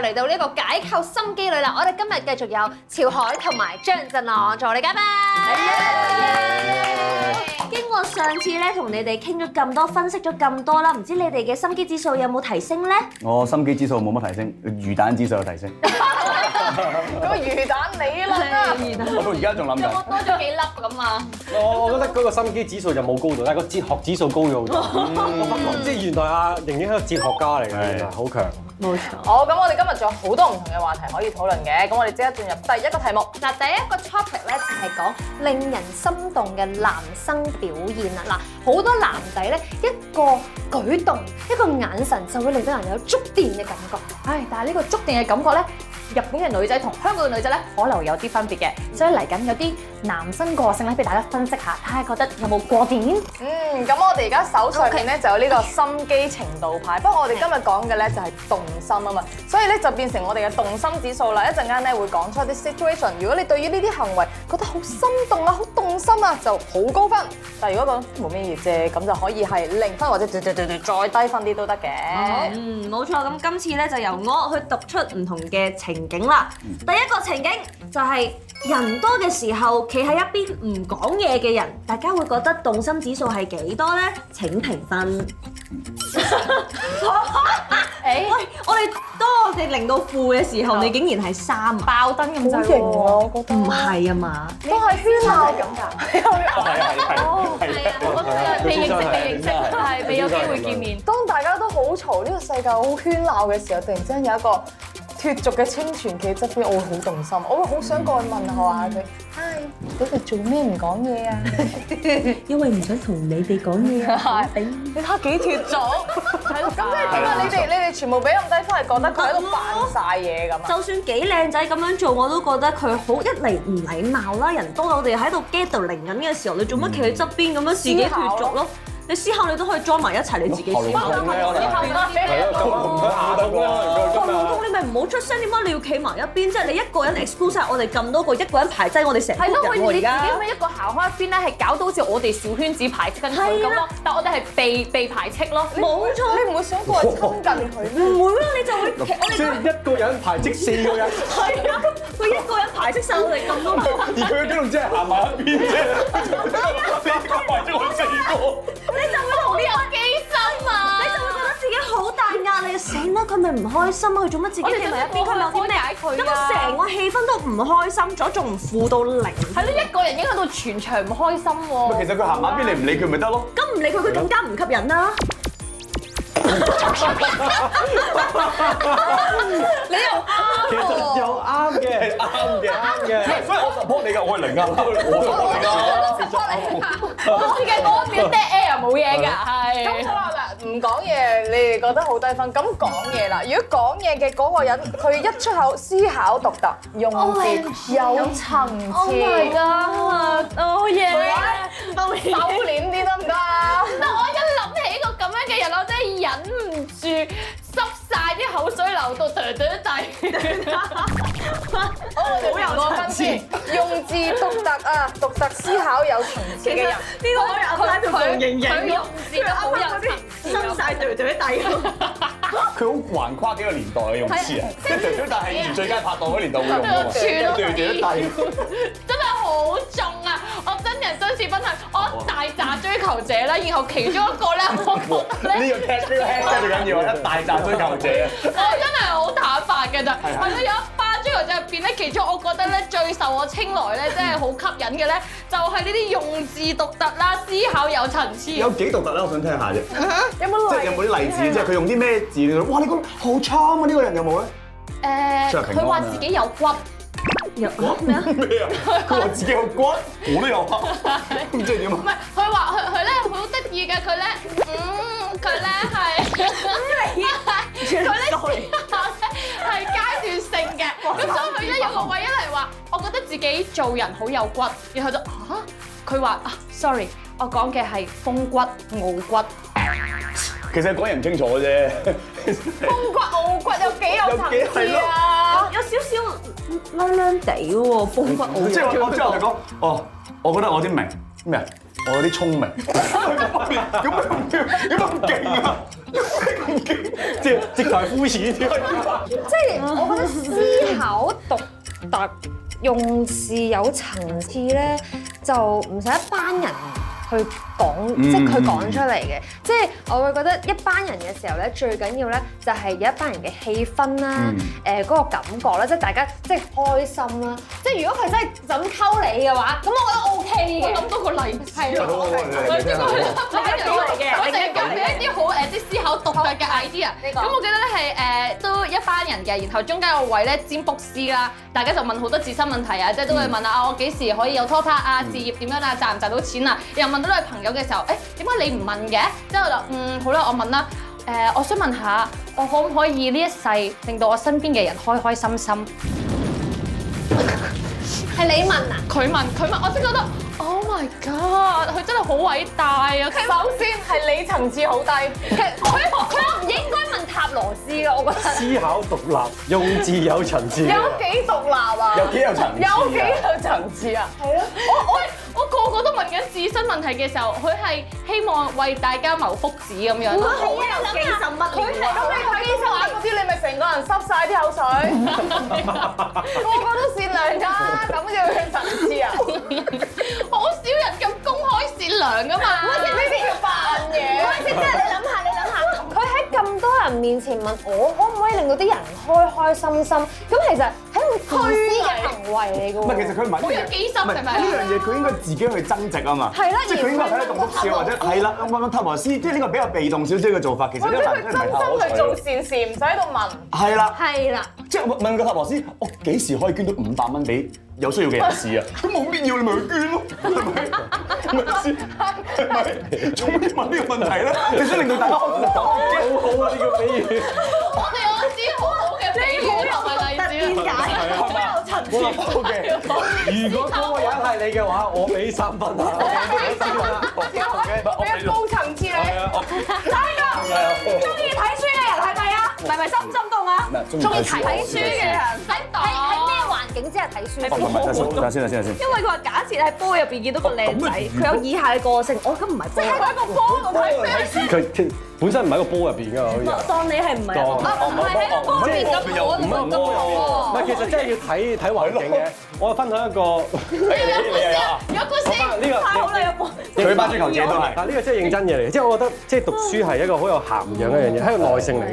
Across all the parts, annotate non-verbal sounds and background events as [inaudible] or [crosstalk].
嚟到呢個解構心機女啦！我哋今日繼續有潮海同埋張振朗做我哋嘉賓。經過上次咧同你哋傾咗咁多，分析咗咁多啦，唔知你哋嘅心機指數有冇提升咧？我心機指數冇乜提升，魚蛋指數有提 [laughs] 升。個魚蛋你啦，我到而家仲諗緊。多咗幾粒咁啊！我我覺得嗰個心機指數就冇高度，但係個哲學指數高咗好多。我發覺即係原來阿瑩瑩係個哲學家嚟嘅，原來好強。冇錯。好，咁我哋今日仲有好多唔同嘅話題可以討論嘅，咁我哋即刻進入第一個題目。嗱，第一個 topic 咧就係講令人心動嘅男生表現啦。嗱，好多男仔咧一個舉動、一個眼神就會令到人有觸電嘅感覺。唉，但係呢個觸電嘅感覺咧，日本嘅女仔同香港嘅女仔咧，可能有啲分別嘅，所以嚟緊有啲男生個性咧，俾大家分析下，睇下覺得有冇過電。嗯，咁我哋而家手上面咧就有呢個心機程度牌，不過我哋今日講嘅咧就係動心啊嘛，所以咧就變成我哋嘅動心指數啦。一陣間咧會講出一啲 situation，如果你對於呢啲行為覺得好心動啊、好動心啊，就好高分；但係如果講冇咩意啫，咁就可以係零分或者嘟嘟嘟嘟再低分啲都得嘅。嗯，冇錯。咁今次咧就由我去讀出唔同嘅情景啦。第一個情景就係人多嘅時候，企喺一邊唔講嘢嘅人，大家會覺得動心指數係幾多呢？請評分。 [laughs] 喂，我哋當我哋零到負嘅時候，你竟然係三啊？爆燈咁好滯型喎，喎，我覺得唔係啊嘛？都係圈鬧咁㗎。係係 [laughs] 係未認識，未認識，係未有機會見。面。當大家都好嘈，呢個世界好喧鬧嘅時候，突然之間有一個脫俗嘅清泉企喺側邊，我會好動心，我會好想過去問下佢，Hi，你哋做咩唔講嘢啊？因為唔想同你哋講 [laughs] 嘢啊。頂你睇下幾脫俗，係咯，咁即係點啊？你哋你哋全部俾咁低分，係覺得佢喺度扮晒嘢咁啊？就算幾靚仔咁樣做，我都覺得佢好一嚟唔禮貌啦。人多我哋喺度 gathering 緊嘅時候，你做嗯乜企喺側邊咁樣自己脱俗咯？你思考你都可以 join 埋一齊，你自己思考。喉嚨痛咧，我哋係咯，咁唔想牙痛啦，咁今老公你日。咪唔好出聲，點解你要企埋一邊？即係你一個人 expose 晒我哋咁多個，一個人排擠我哋成班係咯，佢人喎你自而己家。咁樣一個行開一邊咧，係搞到好似我哋小圈子排斥緊佢咁咯，但我哋係被被排斥咯。冇錯，你唔會想過去親近佢咩？唔會啦，你就 [laughs] 會企我即哋係一個人排積四個人，係啊，佢一個人排斥晒我哋咁多個。而佢嘅舉動只係行埋一邊啫，四個排咗佢四個。你就會同呢有機心啊！你就會覺得自己好大壓力，死啦！佢咪唔開心啊？佢做乜自己我哋企埋一邊？點解佢咪有啲咩開解佢啊咁啊，成個氣氛都唔開心咗，仲唔負到零？啊係咯，一個人影響到全場唔開心喎。其實佢行埋一啊邊，你唔理佢咪得咯。咁唔理佢，佢更加唔吸引啦。其實又啱嘅，啱嘅，啱嘅。所以我 support 你㗎，我係零啊，我係零啊。我自己嗰一秒 dead air 冇嘢㗎，咁好係。啦嗱，唔講嘢，你哋覺得好低分。咁講嘢啦，如果講嘢嘅嗰個人，佢一出口思考獨特，用字有層次，Oh 哦耶！收斂啲得唔得啊？但我一諗起一個咁樣嘅人，我真係忍唔住濕晒啲口水流到哚哚地。好有我分先，用字獨特啊，獨特思考有層次嘅人，個可以阿拉同馮盈佢盈用字都好有層次伸晒對對底。佢好橫跨幾個年代嘅用詞啊，即係對但係以前最佳拍檔嗰年代會用㗎嘛，對對低。真係好重啊！我真人真事分享，哦我大扎追求者啦，然後其中一個咧，我覺得呢咧，個 catch 呢個 catch 最緊要，一大紮追求者啊！我 [laughs] 真係好坦白嘅咋，係咯，有一班追求者入邊咧，其中我覺得咧最受我青睞咧，真係好吸引 [laughs] 嘅咧，就係呢啲用字獨特啦，思考有層次。有幾獨特咧？我想聽下啫，有冇即例係有冇啲例子？即係佢用啲咩字令到？哇！你覺得好 charm 啊！呢個人有冇咧？誒，着平安啊佢話自己有骨，咩啊？咩啊？佢話自己有骨，我都有啊，唔知點啊唔？係佢話佢佢咧好得意嘅，佢咧嗯佢咧係 [laughs] [laughs] 佢咧係階段性嘅，咁所以佢咧有個位一嚟話，我覺得自己做人好有骨，然後就啊佢話啊 sorry，我講嘅係風骨傲骨，其實講嘢唔清楚啫，如骨傲骨有幾有層次啊？有少少孏孏地喎，風骨即係我我之後就講，哦，我覺得我啲明咩啊？我有啲聰明，咁樣咁樣咁勁啊！即係直頭係膚淺啲。即係我思考獨特、用字有層次咧，就唔使一班人去講，即係佢講出嚟嘅。即係我會覺得一班人嘅時候咧，最緊要咧就係有一班人嘅氣氛啦，誒嗰個感覺啦，即係大家即係開心啦。即係如果佢真係就咁溝你嘅話，咁我覺得 OK 嘅。諗到個例子係啊好好好我哋呢個係我成日教俾一啲好誒，即係思考獨特嘅 idea。咁我記得咧係誒都一班人嘅，然後中間個位咧占卜師啦，大家就問好多自身問題啊，即係都會問啊，我幾時可以有拖拍啊，事業點樣啊，賺唔賺到錢啊？又問到你朋友嘅時候，誒點解你唔問嘅？之後就嗯好啦，我問啦。誒，我想問下，我可唔可以呢一世令到我身邊嘅人開開心心？係你問啊？佢問佢問，我真覺得，Oh my god！佢真係好偉大啊！首先係你層次好低，佢佢佢唔應該問塔羅斯嘅，我覺得。思考獨立，用字有層次。有幾獨立啊？有幾有層次啊有幾有層次啊？我我我個個都問緊自身問題嘅時候，佢係希望為大家謀福祉咁樣。好有啊精神乜料咁你睇醫生嗰啲，你咪成個人濕晒啲口水， [laughs] 個個都善良㗎，咁就有層次啊？ [laughs] 好少人咁公開善良噶嘛。呢啲叫扮嘢。即係你諗下，你諗下，佢喺咁多人面前問我可唔可以令到啲人開開心心，咁其實係一種自私嘅行為嚟唔嘅係，其喎。實佢唔係好有機心唔啊係咪呢樣嘢佢應該自己去增值啊嘛。係啦即係佢應該睇得棟篤笑或者係啦，咁樣塔羅斯，即係呢個比較被動少少嘅做法。其實或呢者個佢男人真真係唔係心去太做可取。啊善事，唔使喺度問。係啦，係啦，即係問個塔羅斯，我幾時可以捐到五百蚊俾有需要嘅人 [laughs] 士啊？咁冇必要你咪去捐咯，係咪？係咪先？係 [laughs] 咪？做咩問呢個問題咧？你想令到大家開心好好啊！呢個比喻。我哋有啲好好嘅比喻同埋例子啊。好有層次。如果嗰個人係你嘅話，我俾三分啊！我俾三分啊！咩高層次你？中意睇書嘅人係咪啊？係咪心唔心動啊？中意睇睇書嘅人使喺喺讀。咩環境之下睇哦書？啊唔係，等下先，等下先，等下先。因為佢話假設喺波入邊見到個靚仔，佢有以下嘅個性，我咁唔係波，喺個波度睇咩？佢本身唔喺個波入邊㗎嘛，好似係。當你係唔係啊？唔係喺個波面咁好，唔係波唔係，其實真係要睇睇環境嘅。我分享一個，有故事。呢個好啦，有波。佢班追求者都係啊，呢個真係認真嘢嚟嘅，即係我覺得即係讀書係一個好有涵養嘅一樣嘢，係一個耐性嚟嘅。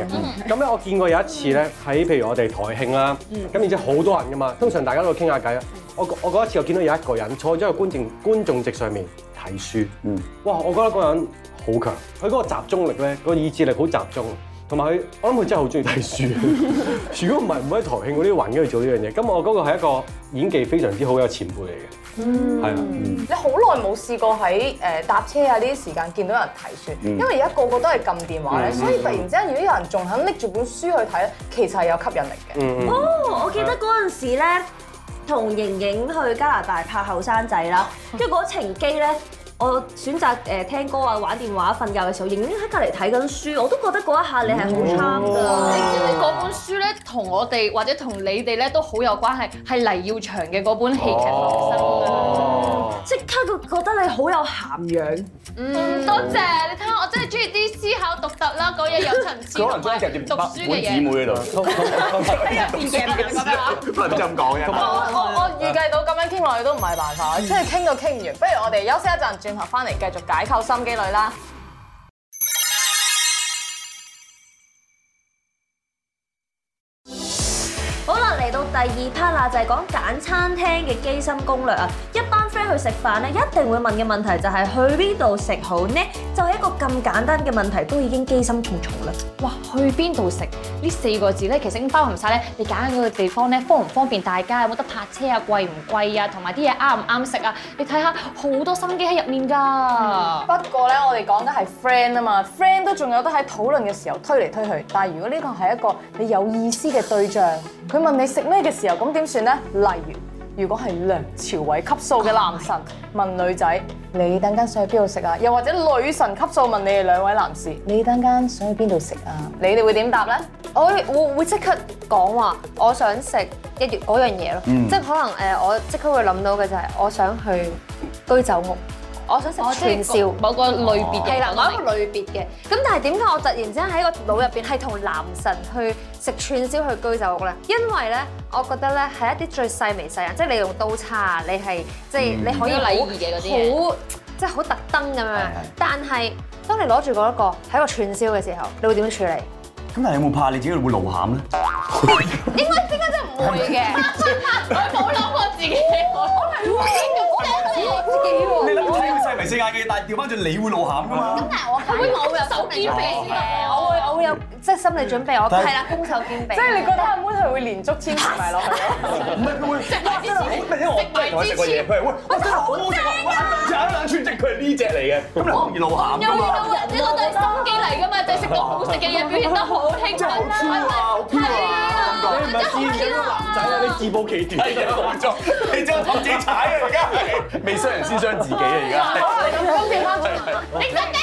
咁咧，我見過有一次咧，喺譬如我哋台慶啦，咁然之後好多人噶嘛，通常大家都喺度傾下偈啊。我我嗰一次我見到有一個人坐咗喺個觀眾觀眾席上面睇書，哇！我覺得嗰個人好強，佢嗰個集中力咧，個意志力好集中。同埋佢，我諗佢真係好中意睇書。 [laughs] 如果唔係唔會喺台慶嗰啲環境去做呢樣嘢，咁我嗰個係一個演技非常之好有前輩嚟嘅，係啊，你好耐冇試過喺誒搭車啊呢啲時間見到有人睇書，因為而家個個都係撳電話咧，所以突然之間如果有人仲肯拎住本書去睇咧，其實係有吸引力嘅。嗯嗯。哦，我記得嗰陣時咧，同盈盈去加拿大拍後生仔啦，跟住嗰程機咧。我選擇誒聽歌啊、玩電話、瞓覺嘅時候，盈盈喺隔離睇緊書，我都覺得嗰一下你係好慘㗎。你知唔知嗰本書咧，同我哋或者同你哋咧都好有關係，係黎耀祥嘅嗰本戲劇《即刻覺得你好有涵養，嗯，多謝你睇下，我真係中意啲思考獨特啦，講嘢有層次佢可能同中埋意夾住讀書本姊嘅嘢。妹喺度，唔係咁講嘅。我我我預計到咁樣傾落去都唔係辦法，即係傾到傾唔完。不如我哋休息一陣，轉頭翻嚟繼續解構心機女啦。好啦，嚟到第二 part 啦，就係講揀餐廳嘅機心攻略啊！一班 friend 去食飯咧，一定會問嘅問題就係去邊度食好呢？就係一個咁簡單嘅問題，都已經機心重重啦。哇，去邊度食呢四個字咧，其實已經包含晒咧，你揀嗰個地方咧，方唔方便大家，有冇得泊車啊，貴唔貴啊，同埋啲嘢啱唔啱食啊？你睇下好多心機喺入面㗎。不過咧，我哋講緊係 friend 啊嘛，friend 都仲有得喺討論嘅時候推嚟推去。但係如果呢個係一個你有意思嘅對象，佢問你食咩嘅時候，咁點算呢？例如，如果係梁朝偉級數嘅男神問女仔，你等間想去邊度食啊？又或者女神級數問你哋兩位男士，你等間想去邊度食啊？你哋會點答呢？我會會即刻講話，我想食一樣嗰樣嘢咯，即係可能誒，我即刻會諗到嘅就係我想去居酒屋，我想食串燒。哦某個類別嘅，係啦，某一個類別嘅。咁但係點解我突然之間喺個腦入邊係同男神去食串燒去居酒屋咧？因為咧，我覺得咧係一啲最細微細人，即係你用刀叉，你係即係你可以嗯有好禮儀嘅嗰啲嘢好即係好特登咁樣係係。但係當你攞住嗰一個喺個串燒嘅時候，你會點樣處理？咁但係有冇怕你自己會露餡咧？應該應該真係唔會嘅。 [laughs] 冇諗過自己。你諗住睇佢細眉細眼嘅，但係調翻轉你會露餡㗎嘛？手機俾我會我會有即係心理準備，我但係係啦，攻守兼備。即係你覺得阿妹係會連足黐埋埋落去啊 [laughs] 咯？唔係佢會食埋之前，因為我真係同佢食過嘢，佢係喂，我真係好好食啊！我咬兩咬兩串隻，佢係呢只嚟嘅，咁你好容易露餡㗎嘛？呢個都係心機嚟㗎嘛，就係食到好食嘅嘢，表現得好興真係好奮 Q 啊， [laughs] 啦，好 Q 啊！你唔係見咗個男仔啊，你自暴其短。係啊，冇錯，你真係幫自己踩啊！而家係未傷人先傷自己啊！而咁調翻轉，你真啲。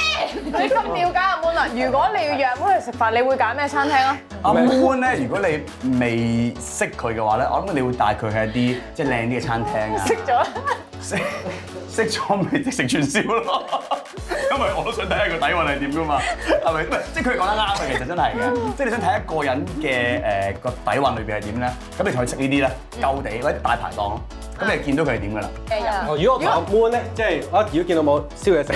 你咁了解阿妹啦。如果你要約阿妹去食飯，你會揀咩餐廳啊？家阿 Moon 咧，如果你未識佢嘅話咧，我諗你會帶佢去一啲即係靚啲嘅餐廳啊。識咗。識識咗咪即食串燒咯，因為我都想睇下個底藴係點噶嘛，係咪？唔係即係佢講得啱嘅，其實真係嘅。即係你想睇一個人嘅誒個底藴裏邊係點咧，咁你同佢食呢啲咧，夠地或者大排檔咯，咁你就見到佢係點噶啦。哦如果我同阿 Moon 咧，即係我如果見到冇燒嘢食，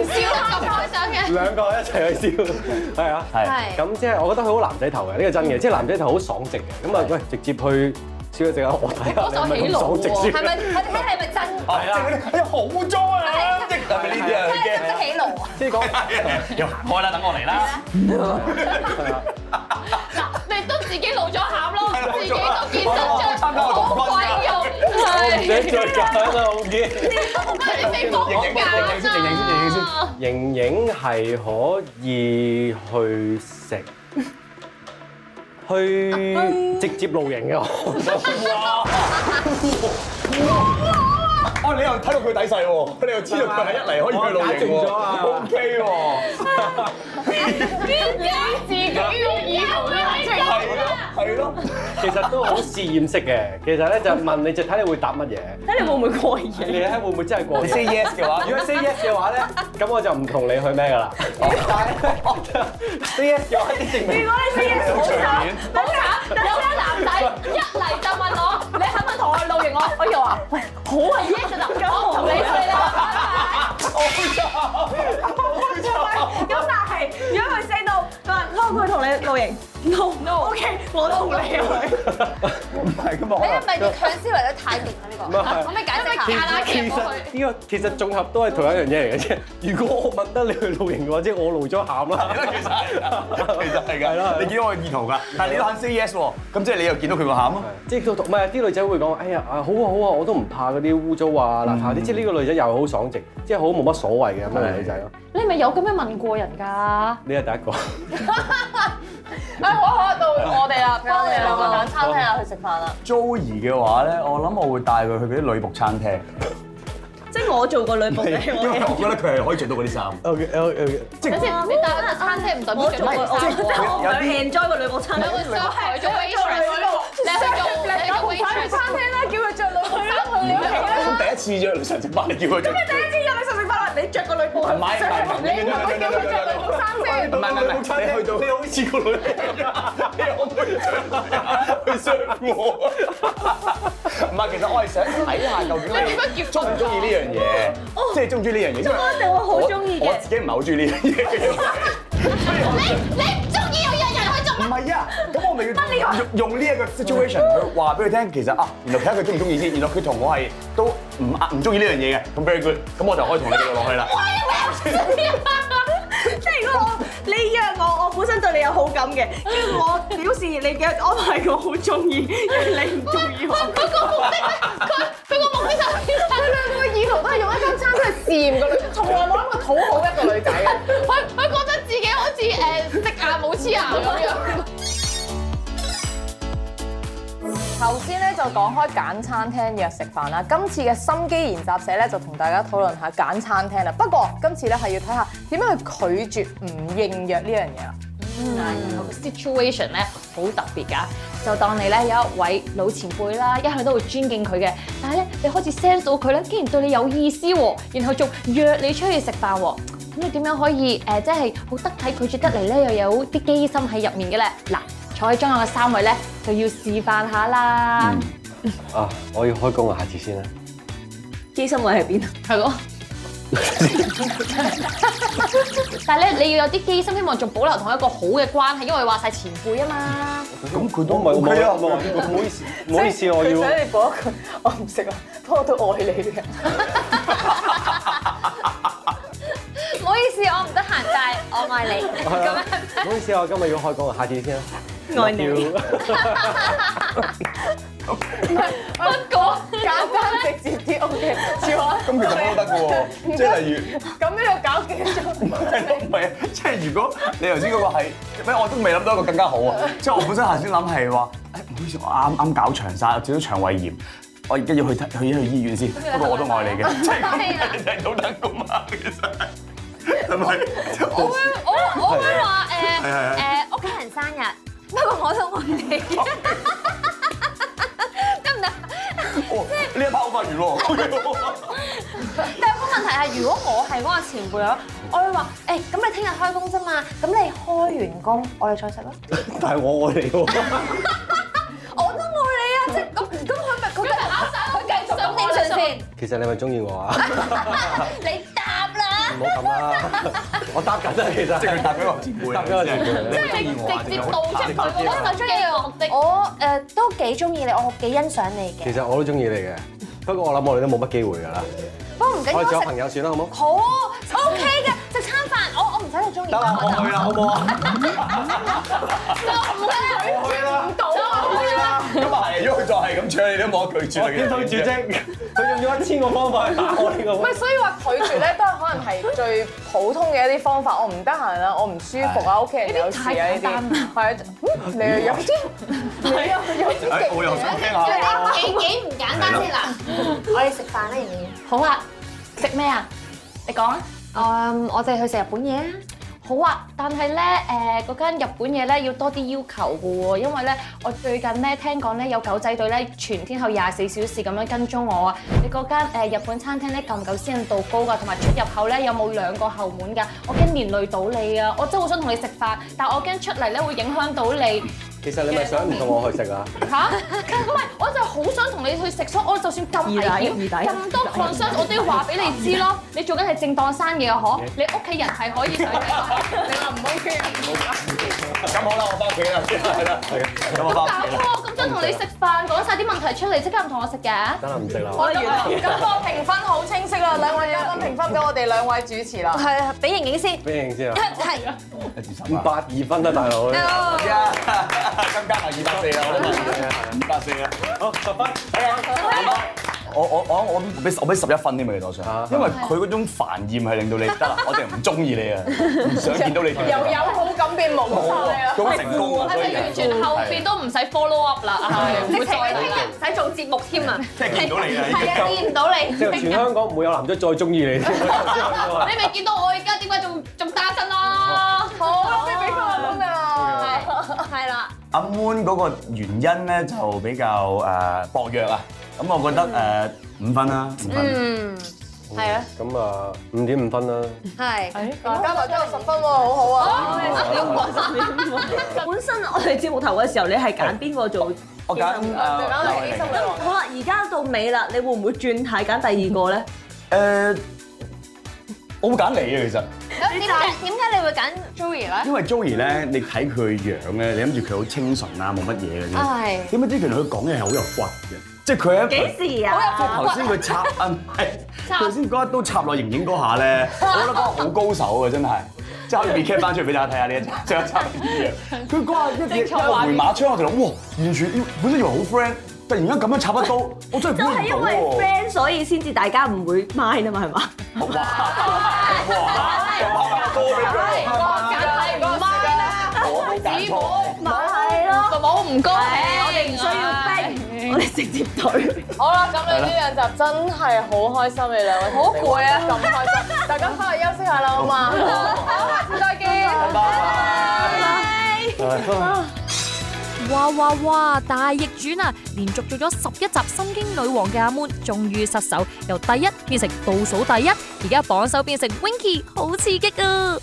笑得咁開心嘅。兩個一齊去燒，係啊。係係咁即係我覺得佢好男仔頭嘅，呢個真嘅，即係男仔頭好爽直嘅。咁啊，喂，直接去燒嘢食啊！我睇下你係咪咁爽直先。係咪？我哋睇係咪真？哦，即係嗰啲哎呀好污糟啊！即係係咪呢啲啊？真係得起爐啊！即係講 [laughs] 又行開啦，等我嚟啦。你都自己露咗餡咯，係啦自冇己錯啦都健身咗，我參加我好童軍㗎鬼用，唔係使再揀啦，我見。你地方好認認先認認先認認先假啊！盈盈係可以去食，去直接露營嘅。哦，你又睇到佢底細喎，你又知道佢係一嚟可以去露營喎我打中咗啊，OK 喎，自己用意圖嚟整，係咯係咯。其實都好試驗式嘅。其實咧就問你，就睇你會答乜嘢。睇你會唔會過癮？你睇會唔會真係 [laughs] 過你癮？ say yes 嘅話如，果 say yes 嘅話咧，咁我就唔同你去咩㗎啦。但哦係 [laughs] say yes 嘅話，啲證明好長遠。好慘！有個男仔一嚟就問我，你肯唔肯同我露營？我我又話，喂，好啊，yes 就得，我同你去啦，咁但係如果佢 say 到，佢話 no，佢同你露營，no no，OK，我都同你去。唔係咁你啊係，咪要強思維得太勁啊？呢哦唔個哎係可唔可以解釋其下？啦其夾過實呢個其實綜合都係同一樣嘢嚟嘅啫。如果我問得你去露營嘅話，即係我露咗餡啦。其實係㗎，其實係係啦㗎，你見到我意圖㗎，但係你都肯 say yes 喎，咁即係你又見到佢個餡咯。即係到唔係啲女仔會講，哎呀啊好啊好啊，我都唔怕嗰啲污糟啊邋遢啲，即係呢個女仔又係好爽直，即係好冇乜所謂嘅咁樣嘅女仔咯。你咪有咁樣問過人㗎？呢係第一個，啊，可可到我哋啦，幫你兩個揀餐廳啊，去食飯啦。 Joey 嘅話咧，我諗我會帶佢去嗰啲女僕餐廳，即係我做個女僕嘅，因為我我覺得佢係可以着到嗰啲衫。等陣，你帶個餐廳唔代表我着做個我衫即係喎。我有想啲 enjoy 個女僕餐你會上台做 waitress，你係做你係做 waitress。餐廳啦，叫佢着女去啦，咁第一次約女神食飯，你叫佢着，第一次約你食食飯啦，你着個女僕唔係唔係唔係你唔會叫佢着女服衫先唔。係唔係唔係，你去到你好似個女你可唔可以去上我？唔係，其實我係想睇下究竟你中唔中意呢樣嘢，即係中唔中意呢樣嘢，因為我一定會好中意嘅我自己唔係好中意呢樣嘢嘅。你唔中意我約人去做唔係啊，咁我咪要用用呢一個 situation 去話俾佢聽，其實啊，原來睇下佢中唔中意先，原來佢同我係都唔啊唔中意呢樣嘢嘅，咁 very good，咁我就可以同你繼續落去啦。即係如果我你約我，我本身對你有好感嘅，跟住我表示你嘅安排我好中意，跟住你唔中意我。佢個目的咧，佢佢個目的就係佢意圖都係用一間餐廳去試驗個女，從來冇諗過討好一個女仔嘅。佢佢覺得自己好似誒食牙冇黐牙咁樣。頭先咧就講開揀餐廳約食飯啦，今次嘅心機研習社咧就同大家討論下揀餐廳啦。不過今次咧係要睇下點樣去拒絕唔應約呢樣嘢啦。 situation 咧好特別㗎。就當你咧有一位老前輩啦，一向都會尊敬佢嘅，但係咧你開始 sense 到佢咧竟然對你有意思喎，然後仲約你出去食飯喎。咁你點樣可以誒、呃即係好得體拒絕得嚟咧，又有啲機心喺入面嘅咧？嗱，坐喺中間嘅三位咧就要示範下啦，啊，我要開工啊，下次先啦。機心位喺邊啊？係 [laughs] 咯、但係咧，你要有啲機心，希望仲保留同一個好嘅關係，因為話晒前輩啊嘛。咁佢都唔係我冇啊，我冇唔好意思，唔好意思，我佢要想你講一句，我唔食啦，不過我都愛你嘅。唔好意思，我唔得閒，但係我愛你。係啊，唔好意思，我今日要開工啊，下次先啦。愛你要不過簡單直接啲，OK，超啊！咁其實乜都得嘅喎，即係例如。咁樣要搞幾種？唔係，即係如果你頭先嗰個係咩，我都未諗到一個更加好啊！即係我本身頭先諗係話，誒唔好意思，我啱啱搞長沙，有少少腸胃炎，我而家要去睇去去醫院先。不過我都愛你嘅，即係咁你睇到得噶嘛，其實係咪？我會我我會話係係誒係誒屋企人生日，不過我都愛你。得唔得？哦呢一 part 好快完喎，但係個問題係，如果我係嗰個前輩啊，我會話誒，咁你聽日開工啫嘛，咁你開完工，我哋再食啦。但係我愛你喎，我都愛你啊，即係咁咁佢咪佢咪啱晒，佢繼續咁點算先？其實你咪中意我啊？你答啦唔。好咁啦，我答緊啊，其即係實。佢答俾我前輩，答俾我前輩即係你直接道出佢嗰我唔係個中嘅意目的你，。我誒都幾中意你，我幾欣賞你其嘅。實我都中意你嘅，不過我諗我哋都冇乜機會㗎啦。不過唔哎緊我要，哋做我朋食友算啦，好冇？好 OK 嘅，食餐飯我我唔使你中意得啦，我我去啦，好唔好啊？唔得我去啦，我去啦。咁啊係，如果佢再係咁唱，你都冇得拒絕點對住啫？佢用咗一千個方法去打我呢唔係，個。所以話拒絕咧，都係可能係最普通嘅一啲方法。我唔得閒啊，我唔舒服啊，屋企人有事啊，呢啲係啊，嗯你 [laughs] 又有啲，你又有誒，啲勁哎我又想嘅。聽下。幾幾唔簡單先嗱，我哋食飯啦，要好啊，食咩啊？你講啊。唔嗯要？我哋去食日本嘢啊！好啊，但係咧誒嗰間日本嘢咧要多啲要求嘅喎，因為咧我最近咧聽講咧有狗仔隊咧全天候廿四小時咁樣跟蹤我啊！你嗰間誒日本餐廳咧夠唔夠私隱度高㗎？同埋出入口咧有冇兩個後門㗎？我驚連累到你啊！我真係好想同你食飯，但我驚出嚟咧會影響到你。其實你咪想唔同我去食啊？吓？唔係，我就好想同你去食所以我就算咁危二弟險、二弟咁多 concern，我都要話俾你知咯。你做緊係正當生意啊，可你屋企人係可以上嚟話你話唔 OK 啊？咁好啦，我翻屋企啦，係啦，咁我搞翻屋企啦。錯，咁想同你食飯，講晒啲問題出嚟，即刻唔同我食嘅。得啦，唔食啦。我咁咁個評分好清晰啦，兩位嘉賓評分俾我哋兩位主持啦。係啊，俾盈盈先，俾你先啊？係係。五百二分啊，大佬。啊，今加埋二百四啦，我啊都二百四啦。好，十分。我我我我我俾我俾十一分添啊，其實我啊想，因為佢嗰種煩厭係令到你得啦，我哋唔中意你啊，唔想見到你。由有好感變冇晒啦。咁成功啊！係所以咪完全後邊都唔使 follow up 啦？係唔會再嚟啦。唔使做節目添啊！即係見唔到你啦，已經係啊，見唔到你。即係全香港唔會有男仔再中意你添。你咪見到我而家點解仲仲單身啦？好，你俾分啊！係啦，阿 Moon 嗰個原因咧就比較誒薄弱啊，咁我覺得呃誒五分啦，五分。嗯，係啊，咁啊，五點五分啦。係。加埋都有十分喎，好好啊。本身我哋節目頭嘅時候，你係揀邊個做？我揀啊誒你揀你心啊裏好啦，而家到尾啦，你會唔會轉態揀第二個咧？誒，我會揀你啊，其實。咁點解點解你會揀 Joey 咧？因為 Joey 咧，你睇佢樣咧，你諗住佢好清純啊，冇乜嘢嘅啫。係。點解知原來佢講嘢係好有骨嘅，即係佢 [laughs] 喺幾時啊？頭先佢插啊，唔係佢頭先嗰一刀插落盈盈嗰下咧，我覺得嗰個好高手啊，真係。即係可以 recap 翻出嚟俾大家睇下呢一集，即係插盈盈嘅。佢嗰下一嘢一個回馬槍，我哋諗哇，完全本身以為好 friend，突然間咁樣插一刀，我真係就估唔係因到為喎。 friend，所以先至大家唔會 mind 啊嘛，係嘛？哇！哇！咁啊多俾佢，我揀係唔啱啦，我都揀錯。咪係咯，個寶唔高興，我哋唔需要逼，我哋直接退。好啦，咁你呢兩集真係好開心，你兩位好攰啊，咁開心，大家翻去休息下啦，好嘛？好，下次再見。拜拜。係。哇哇哇！大逆轉啊！連續做咗十一集《心經女王》嘅阿 Moon，終於失手，由第一變成倒數第一，而家榜首變成 Winky，好刺激啊！